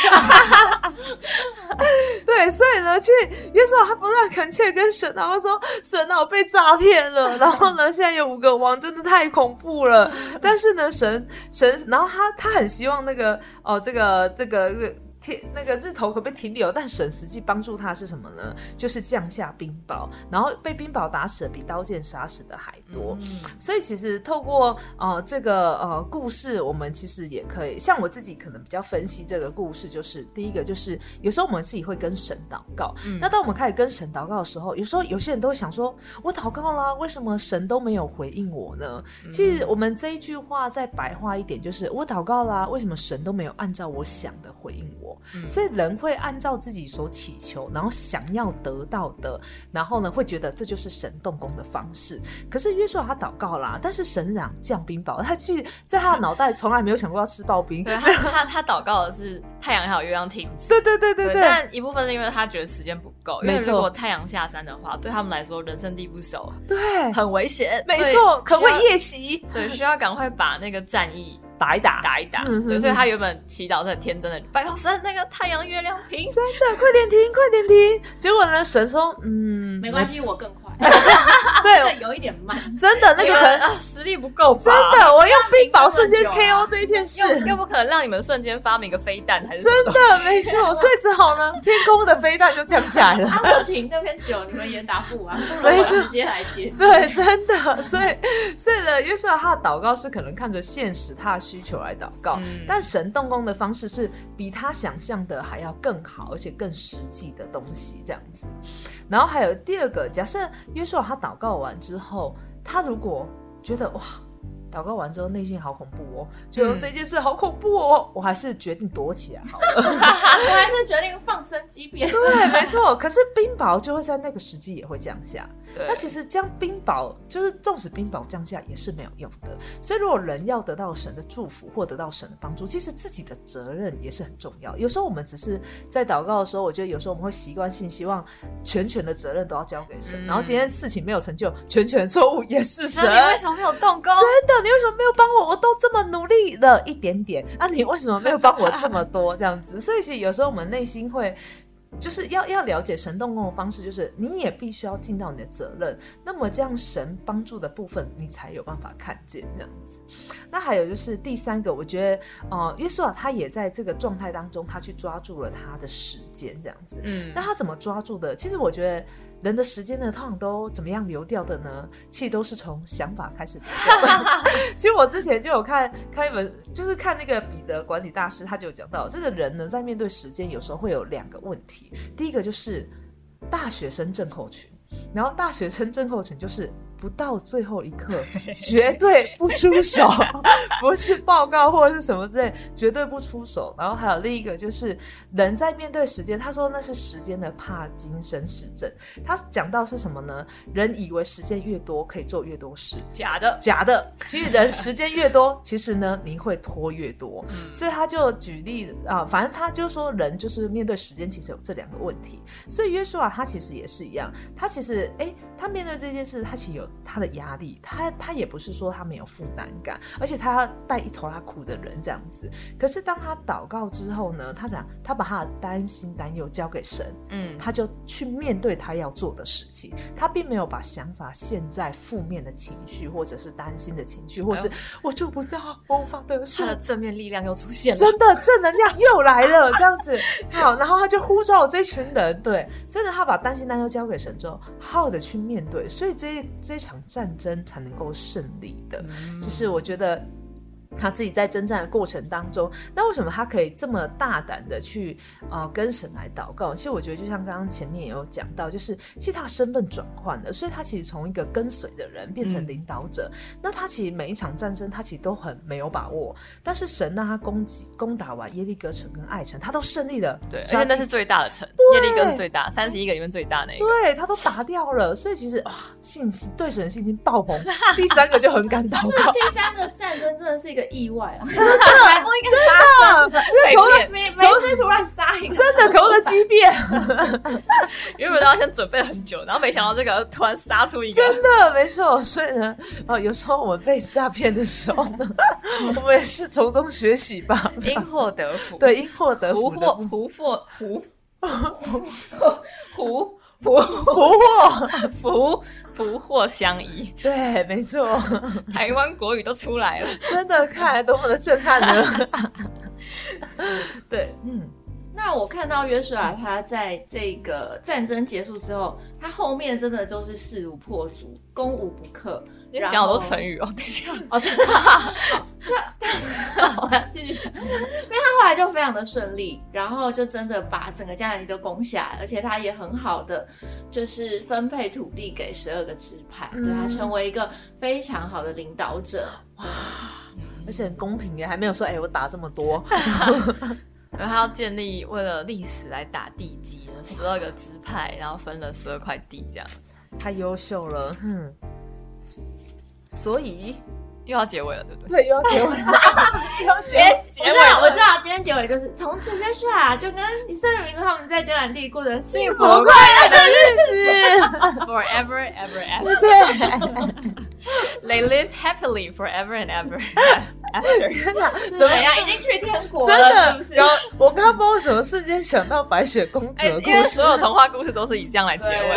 Speaker 3: 对，所以呢，去约瑟他不断恳切跟神啊，他说神啊，我被诈骗了。然后呢，现在有五个王，真的太恐怖
Speaker 1: (laughs)
Speaker 3: 了。但是呢，神神，然后他他很希望那个哦，这个这个。这个天那个日头可不可以停留？但神实际帮助他是什么呢？就是降下冰雹，然后被冰雹打死的比刀剑杀死的还多。所以其实透过呃这个呃故事，我们其实也可以，像我自己可能比较分析这个故事，就是第一个就是有时候我们自己会跟神祷告，
Speaker 1: 嗯
Speaker 3: 那当我们开始跟神祷告的时候，有时候有些人都会想说，我祷告啦，为什么神都没有回应我呢？
Speaker 1: 嗯
Speaker 3: 其实我们这一句话再白话一点，就是我祷告啦，为什么神都没有按照我想的回应我？
Speaker 1: 嗯
Speaker 3: 所以人会按照自己所祈求，然后想要得到的，然后呢会觉得这就是神动工的方式。可是约书亚他祷告啦，但是神嚷降冰雹，他其实在他的脑袋从来没有想过要吃刨冰。
Speaker 1: 对他他他祷告的是太阳还有月亮停止。
Speaker 3: 对对对对对，
Speaker 1: 但一部分是因为他觉得时间不够，因为
Speaker 3: 没错
Speaker 1: 如果太阳下山的话，对他们来说人生地不熟，
Speaker 3: 对，
Speaker 1: 很危险。
Speaker 3: 没
Speaker 1: 所以需
Speaker 3: 错，
Speaker 1: 要
Speaker 3: 可会夜袭
Speaker 1: 对，需要赶快把那个战役
Speaker 3: 打一打，
Speaker 1: 打一打。
Speaker 3: 嗯嗯
Speaker 1: 对，
Speaker 3: 嗯
Speaker 1: 所以他原本祈祷是很天真的，拜托神，那个太阳、月亮停。
Speaker 3: 对，快点停，快点停。结果呢，神说，嗯，
Speaker 2: 没关系，我更快，
Speaker 3: (laughs)
Speaker 2: (laughs)
Speaker 3: 对，
Speaker 2: 这有一点慢，
Speaker 3: 真的那
Speaker 1: 那
Speaker 3: 个
Speaker 1: 个
Speaker 3: 可能
Speaker 1: 人啊，实力不够吧？
Speaker 3: 真的，我用冰雹瞬间
Speaker 2: 那么久啊
Speaker 3: KO 这一件事。
Speaker 1: 又又不可能让你们瞬间发明个飞弹还是什
Speaker 3: 真
Speaker 1: 么？
Speaker 3: 的没错，所以只好呢，天空的飞弹就降下来了。
Speaker 2: 啊，我停那边久，你们也打
Speaker 1: (laughs)
Speaker 2: 不完，不如
Speaker 3: 没
Speaker 2: 我
Speaker 3: 事
Speaker 2: 直接来接。
Speaker 3: (laughs) 对，真的，所以所以呢，约瑟他的祷告是可能看着现实他的需求来祷告，
Speaker 1: 嗯
Speaker 3: 但神动工的方式是比他想象的还要更好，而且更实际的东西这样子。然后还有第二个，假设约瑟他祷告完之后，他如果觉得哇。祷告完之后，内心好恐怖哦，觉得
Speaker 1: 嗯
Speaker 3: 这件事好恐怖哦，我还是决定躲起来好了。
Speaker 2: 我还是决定放生机变。
Speaker 3: 对，没错。 (laughs) 可是冰雹就会在那个时机也会降下，
Speaker 1: 对
Speaker 3: 那其实将冰雹，就是纵使冰雹降下也是没有用的。所以如果人要得到神的祝福或得到神的帮助，其实自己的责任也是很重要。有时候我们只是在祷告的时候，我觉得有时候我们会习惯性希望全权的责任都要交给神，
Speaker 1: 嗯
Speaker 3: 然后今天事情没有成就，全权的错误也是神。
Speaker 1: 那你为什么没有动工？
Speaker 3: 真的，你为什么没有帮我？我都这么努力了一点点，那、你为什么没有帮我这么多？这样子，所以其实有时候我们内心会。就是要要了解神动工的方式，就是你也必须要尽到你的责任，那么这样神帮助的部分，你才有办法看见这样子。那还有就是第三个，我觉得呃，约书亚他也在这个状态当中，他去抓住了他的时间这样子。
Speaker 1: 嗯
Speaker 3: 那他怎么抓住的？其实我觉得人的时间呢，通常都怎么样流掉的呢？其实都是从想法开始流掉的。 (laughs) 其实我之前就有看看一本，就是看那个彼得管理大师，他就有讲到，这个人呢在面对时间，有时候会有两个问题。第一个就是大学生症候群，然后大学生症候群就是。不到最后一刻，绝对不出手， (laughs) 不是报告或者是什么之类，绝对不出手。然后还有另一个就是，人在面对时间，他说那是时间的帕金森氏症。他讲到是什么呢？人以为时间越多可以做越多事，
Speaker 1: 假的。
Speaker 3: 假的。其实人时间越多， (laughs) 其实呢你会拖越多。所以他就举例啊、反正他就说人就是面对时间其实有这两个问题。所以约书亚他其实也是一样，他其实哎、他面对这件事，他其实有者他的压力，他他也不是说他没有负担感，而且他带一头他苦的人这样子。可是当他祷告之后呢，他讲他把他的担心担忧交给神，
Speaker 1: 嗯，
Speaker 3: 他就去面对他要做的事情，他并没有把想法陷在负面的情绪，或者是担心的情绪，或是我做不到，我无法得胜
Speaker 1: 他。的正面力量又出现了。
Speaker 3: 真的正能量又来了，这样子好，然后他就呼召我这群人，对，所以呢，他把担心担忧交给神之后，好好的去面对，所以这这场战争才能够胜利的，
Speaker 1: 嗯
Speaker 3: 就是我觉得。他自己在征战的过程当中，那为什么他可以这么大胆的去呃跟神来祷告？其实我觉得，就像刚刚前面也有讲到，就是其实他身份转换了，所以他其实从一个跟随的人变
Speaker 1: 嗯
Speaker 3: 成领导者。那他其实每一场战争，他其实都很没有把握，但是神让他攻击攻打完耶利哥城跟艾城，他都胜利了。
Speaker 1: 对，而
Speaker 3: 所
Speaker 1: 且
Speaker 3: 以他
Speaker 1: 那是最大的城，耶利哥是最大，三十一个里面最大那一个。
Speaker 3: 对他都打掉了，所以其实哇，信心对神的信心爆
Speaker 1: (laughs)
Speaker 3: 棚。第三个就很敢祷告，
Speaker 2: 第三个战争真的是一个意外
Speaker 1: (laughs)
Speaker 2: 啊！
Speaker 1: 我
Speaker 2: (laughs)
Speaker 1: 应该
Speaker 3: 因为口
Speaker 1: 是
Speaker 2: 每每次突然杀一个，
Speaker 3: (laughs) 真的口的激变，
Speaker 1: 原本都要先准备很久，然后没想到这个突然杀出一个，
Speaker 3: 真的没错。所以呢，哦，有时候我们被诈骗的时候呢，我们也是从中学习吧。
Speaker 1: 因祸得福。，
Speaker 3: 对，因祸得
Speaker 1: 福
Speaker 3: 福的
Speaker 1: 祸
Speaker 3: 部分，
Speaker 1: 福祸福福福
Speaker 3: 福祸，
Speaker 1: 福福祸相依，
Speaker 3: 对，没错，
Speaker 1: 台湾国语都出来了。
Speaker 3: 真的，看来多么的震撼呢。对，嗯，
Speaker 2: 那我看到约书亚他在这个战争结束之后，他后面真的就是势如破竹，攻无不克。
Speaker 1: 你
Speaker 2: 然
Speaker 1: 讲
Speaker 2: 后
Speaker 1: 好多成语哦，等一下，
Speaker 2: 哦，真的，
Speaker 1: 我
Speaker 2: (laughs)
Speaker 1: 要继续讲。
Speaker 2: 后来就非常的顺利，然后就真的把整个迦南地都攻下来，而且他也很好的就是分配土地给十二个支派，
Speaker 3: 嗯
Speaker 2: 对他成为一个非常好的领导者。
Speaker 3: 而且很公平耶，还没有说哎、我打这么多，
Speaker 1: 然后他要建立为了历史来打地基，十二个支派，然后分了十二块地，这样
Speaker 3: 太优秀了，嗯哼。所以，
Speaker 1: 又要结尾了，对不对？
Speaker 3: 对，又要结尾了，又要结尾了
Speaker 2: 哎，我知道，我知道，今天结尾就是从此约书亚就跟以色列民族他们在迦南地过着幸福快
Speaker 1: ，forever ever (laughs) ever，
Speaker 3: (laughs) 对，
Speaker 1: they live happily forever and ever (laughs) after。
Speaker 3: 天哪，
Speaker 2: 怎
Speaker 3: 怎么
Speaker 2: 么啊样？已经去天国
Speaker 3: 真
Speaker 2: 了，是
Speaker 3: 的
Speaker 2: 不，是
Speaker 3: 然？后我刚刚不知道为什么瞬间想到白雪公主
Speaker 1: 哎
Speaker 3: 的故
Speaker 1: 因为
Speaker 3: 事啊
Speaker 1: 所，有童话故事都是以这样来结尾，
Speaker 2: 对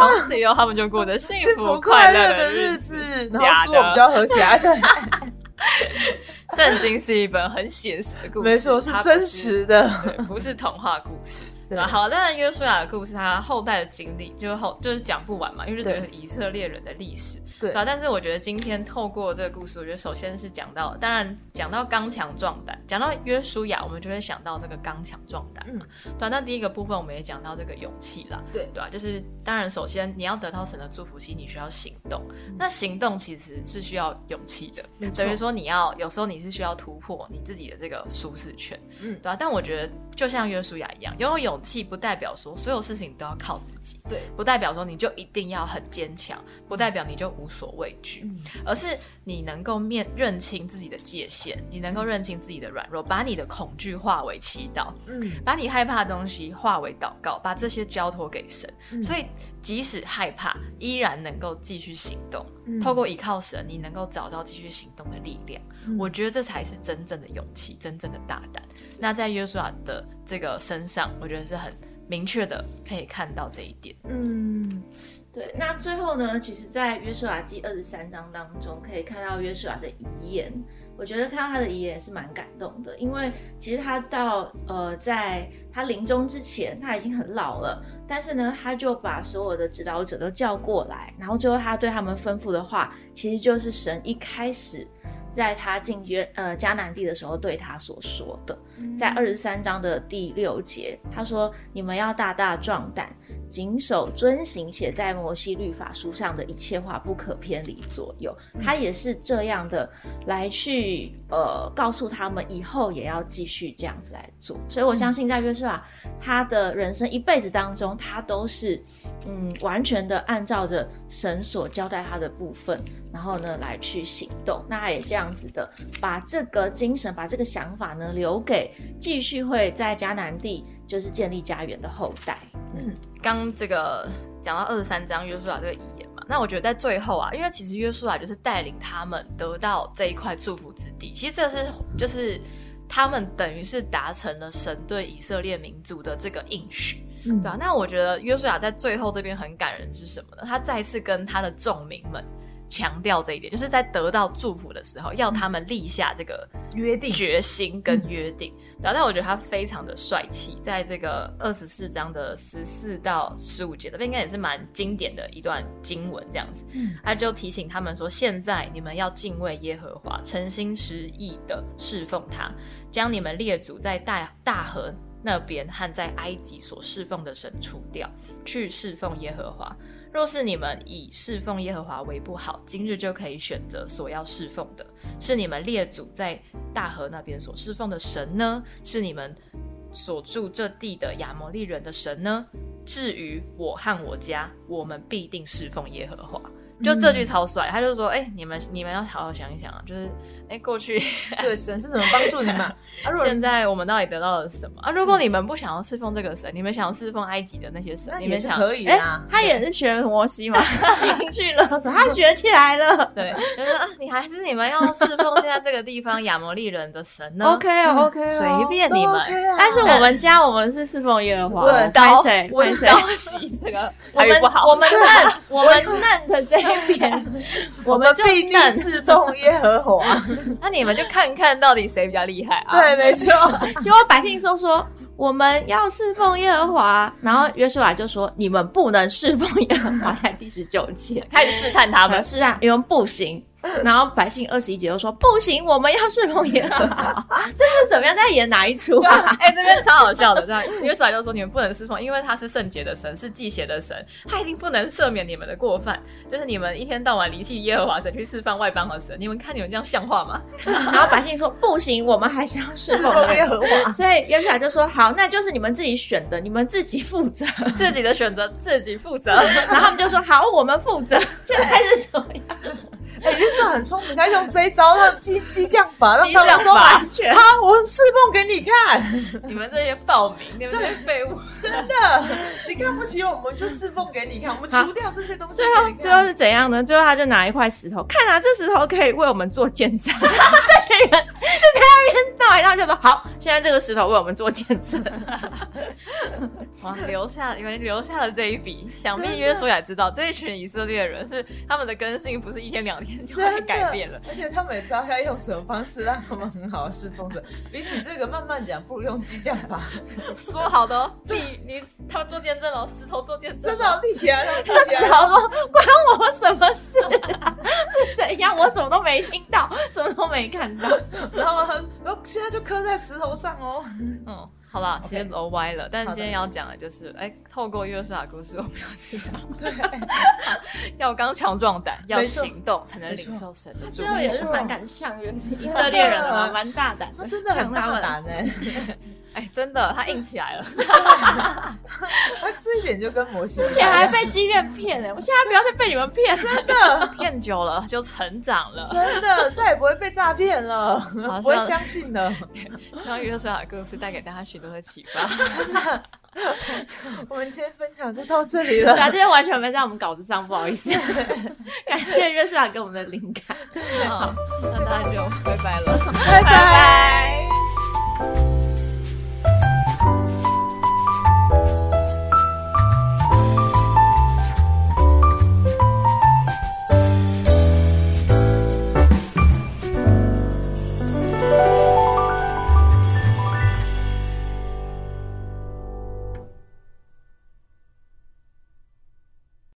Speaker 1: 从此以后他们就过着啊幸
Speaker 3: 幸
Speaker 1: 福
Speaker 3: 福
Speaker 1: 快
Speaker 3: 快
Speaker 1: 乐
Speaker 3: 乐
Speaker 1: 的
Speaker 3: 的
Speaker 1: 日
Speaker 3: 日
Speaker 1: 子。
Speaker 3: 子，然后书我
Speaker 1: 假的
Speaker 3: 们就要合啊起来，对， (laughs)
Speaker 1: 圣经是一本很写实的故事，
Speaker 3: 没错，是
Speaker 1: 它不
Speaker 3: 真实的，
Speaker 1: 对，不是童话故事。
Speaker 3: 对
Speaker 1: 对，好，当然约书亚的故事，他后代的经历就是后就是讲不完嘛，因为这整个以色列人的历史。
Speaker 3: (laughs) 对
Speaker 1: 啊，但是我觉得今天透过这个故事，我觉得首先是讲到，当然讲到刚强壮胆，讲到约书亚，我们就会想到这个刚强壮胆。嗯
Speaker 3: 嗯，
Speaker 1: 对啊、那第一个部分我们也讲到这个勇气啦。
Speaker 3: 对
Speaker 1: 对啊，就是当然首先你要得到神的祝福，其实你需要行动。
Speaker 3: 嗯
Speaker 1: 那行动其实是需要勇气的，
Speaker 3: 没错
Speaker 1: 等于说你要有时候你是需要突破你自己的这个舒适圈，
Speaker 3: 嗯
Speaker 1: 对吧、啊但我觉得就像约书亚一样，拥有勇气不代表说所有事情都要靠自己，
Speaker 3: 对，
Speaker 1: 不代表说你就一定要很坚强，不代表你就无所畏惧，
Speaker 3: 嗯
Speaker 1: 而是你能够面认清自己的界限，你能够认清自己的软弱，把你的恐惧化为祈祷，
Speaker 3: 嗯，
Speaker 1: 把你害怕的东西化为祷告，把这些交托给神。
Speaker 3: 嗯
Speaker 1: 所以即使害怕，依然能够继续行动。
Speaker 3: 嗯
Speaker 1: 透过依靠神，你能够找到继续行动的力量。
Speaker 3: 嗯
Speaker 1: 我觉得这才是真正的勇气，真正的大胆。那在约书亚的这个身上，我觉得是很明确的可以看到这一点。
Speaker 3: 嗯，
Speaker 2: 对，那最后呢，其实，在约书亚记二十三章当中，可以看到约书亚的遗言。我觉得看到他的遗言也是蛮感动的，因为其实他到呃，在他临终之前，他已经很老了，但是呢，他就把所有的指导者都叫过来，然后最后他对他们吩咐的话，其实就是神一开始在他进约呃迦南地的时候对他所说的。在二十三章的第六节，他说：“你们要大大壮胆，谨守遵行写在摩西律法书上的一切话，不可偏离左右。”他也是这样的来去呃告诉他们，以后也要继续这样子来做。所以我相信，在约书亚他的人生一辈子当中，他都是嗯完全的按照着神所交代他的部分，然后呢来去行动。那他也这样子的把这个精神、把这个想法呢留给继续会在迦南地就是建立家园的后代。嗯，
Speaker 1: 刚这个讲到二十三章约书亚这个遗言嘛，那我觉得在最后啊，因为其实约书亚就是带领他们得到这一块祝福之地，其实这是就是他们等于是达成了神对以色列民族的这个应许。
Speaker 3: 嗯
Speaker 1: 对啊，那我觉得约书亚在最后这边很感人是什么呢？他再次跟他的众民们强调这一点，就是在得到祝福的时候，要他们立下这个
Speaker 3: 约 (laughs) 定
Speaker 1: 决心跟约定。对啊，但我觉得他非常的帅气，在这个二十四章的十四到十五节，这边应该也是蛮经典的一段经文，这样子。
Speaker 3: 嗯
Speaker 1: 他就提醒他们说：现在你们要敬畏耶和华，诚心实意的侍奉他，将你们列祖在大大河那边和在埃及所侍奉的神除掉，去侍奉耶和华。若是你们以侍奉耶和华为不好，今日就可以选择所要侍奉的，是你们列祖在大河那边所侍奉的神呢，是你们所住这地的亚摩利人的神呢？至于我和我家，我们必定侍奉耶和华。就这句超帅，他就说：“哎、你们你们要好好想一想啊，就是哎、过
Speaker 3: (laughs)
Speaker 1: 去
Speaker 3: 对神是怎么帮助你 (laughs) 们？啊，如果
Speaker 1: 现在我们到底得到了什么啊？如果你们不想要侍奉这个神，你们想要侍奉埃及的那些神，
Speaker 3: 那
Speaker 1: 你
Speaker 3: 也
Speaker 1: 们
Speaker 3: 是
Speaker 1: 想
Speaker 3: 可以
Speaker 2: 哎、
Speaker 3: 啊。
Speaker 2: 他也是学摩西 (laughs) 嘛，进去了，他学起来
Speaker 3: (laughs)
Speaker 2: 了。
Speaker 1: 对，就是啊，你还是你们要侍奉现在这个地方亚摩利人的神呢
Speaker 2: OK 啊，OK 啊，
Speaker 1: 随。便你
Speaker 3: 都
Speaker 1: 们。
Speaker 3: OK 啊
Speaker 2: 但是我们家我们是侍奉耶和华，
Speaker 3: 对
Speaker 2: 拍
Speaker 1: 刀
Speaker 2: 谁拍
Speaker 1: 温
Speaker 2: 谁。
Speaker 1: 刀洗这
Speaker 3: (laughs)
Speaker 1: 个
Speaker 2: 我
Speaker 1: (laughs) 台语
Speaker 2: 们
Speaker 1: 不好，
Speaker 2: 我们嫩，我们嫩的这一边， (laughs) 我们就
Speaker 3: 必定
Speaker 2: 嫩。
Speaker 3: 是 (laughs) 奉耶和华。
Speaker 1: 那你们就看看到底谁比较厉害啊？
Speaker 3: 对，没错。
Speaker 2: 结果百姓说说我们要侍奉耶和华，啊然后约书亚就说你们不能侍奉耶和华，在第十九节。
Speaker 1: 开始试探他
Speaker 2: 他
Speaker 1: 们
Speaker 3: (laughs)
Speaker 2: 们。是啊，你们不行。然后百姓二十一节就说不行，我们要侍奉耶和华。 (laughs) 这是怎么样在演哪一出啊？
Speaker 1: 哎、这边超好笑的，对吧？约书亚就说你们不能侍奉，因为他是圣洁的神，是祭邪的神，他一定不能赦免你们的过犯。就是你们一天到晚离弃耶和华神，去侍奉外邦的神，你们看你们这样像话吗？
Speaker 2: (laughs)
Speaker 1: (laughs)
Speaker 2: 然后百姓说不行，我们还是要侍奉
Speaker 3: 奉
Speaker 2: 耶 (laughs)
Speaker 3: 耶
Speaker 2: 和
Speaker 3: 和华
Speaker 2: 华。所以约书亚就说好，那就是你们自己选的，你们自己负 (laughs) 责。
Speaker 1: 自己的选择自己负责。
Speaker 2: 然后他们就说好，我们负责。现在是怎么样？
Speaker 3: 哎，约瑟很聪明，他用这一招让激激将法， (laughs) 让
Speaker 1: 激
Speaker 3: 他
Speaker 1: 将
Speaker 3: 们说
Speaker 1: 法
Speaker 3: 完
Speaker 2: 完全
Speaker 3: 好，我侍奉给你看，
Speaker 1: 你们这些暴民，你们这些废物，
Speaker 3: 真的，你看不起我们就侍奉给你看，我们除掉这些东西
Speaker 2: 最后
Speaker 3: 给你
Speaker 2: 最后
Speaker 3: 看。
Speaker 2: 是怎样呢？最后他就拿一块石头，看啊，这石头可以为我们做见 (laughs) 证。这群人就在那边闹来闹去，说好，现在这个石头为我们做见证。
Speaker 1: (laughs) 哇，留下你们留下了这一笔，想必约书亚知道，这一群以色列人是他们的根性不是一天两天就会
Speaker 3: 真的
Speaker 1: 改变了。，
Speaker 3: 而且他们也知道要用什么方式让他们很好的侍奉神。比起这个慢慢讲，不如用激将法，
Speaker 1: 说好的、哦，你你 (laughs) 他们做见证了，石头做见证
Speaker 3: 真
Speaker 1: 哦，
Speaker 3: 的立起来，让他们立起
Speaker 2: 石
Speaker 3: 来。
Speaker 2: 头说关我什么事啊？ (laughs) 是怎样？我什么都没听到，什么都没看到。
Speaker 3: 然后他，然后现在就刻在石头上哦。
Speaker 1: 嗯，好啦，其实都歪了，但是
Speaker 3: 好的
Speaker 1: 今天要讲的就是，哎、透过约书亚故事，我们要知道，对， (laughs) 要刚强壮胆，要
Speaker 3: 没错
Speaker 1: 行动才能
Speaker 3: 没
Speaker 1: 领
Speaker 3: 错
Speaker 1: 受神的祝
Speaker 2: 最
Speaker 1: 福
Speaker 2: 后。也是蛮敢呛人，以色列人了嘛，蛮大胆
Speaker 3: 他
Speaker 2: 的，
Speaker 3: 真的很大
Speaker 2: 呛他们。
Speaker 3: 胆哎、
Speaker 1: 哎、真的，他硬起来
Speaker 3: (laughs)
Speaker 1: 了。
Speaker 3: 他这一点就跟摩西一样，
Speaker 2: 之前还被畸恋骗欸呢，我现在不要再被你们骗 (laughs) 了。
Speaker 1: 骗久了就成长了。
Speaker 3: 真的再也不会被诈骗了，
Speaker 1: 像
Speaker 3: 不会相信了。
Speaker 1: 希望约书亚的故事带给大家许多的启
Speaker 3: (laughs)
Speaker 1: 发。
Speaker 3: 我们今天分享就到这里了
Speaker 2: 对。啊，这些完全没在我们稿子上，不好意思。 (laughs) 感
Speaker 1: 嗯
Speaker 2: 谢约书亚给我们的灵感，
Speaker 1: 好那大家就拜拜了。
Speaker 3: 拜
Speaker 2: 拜拜。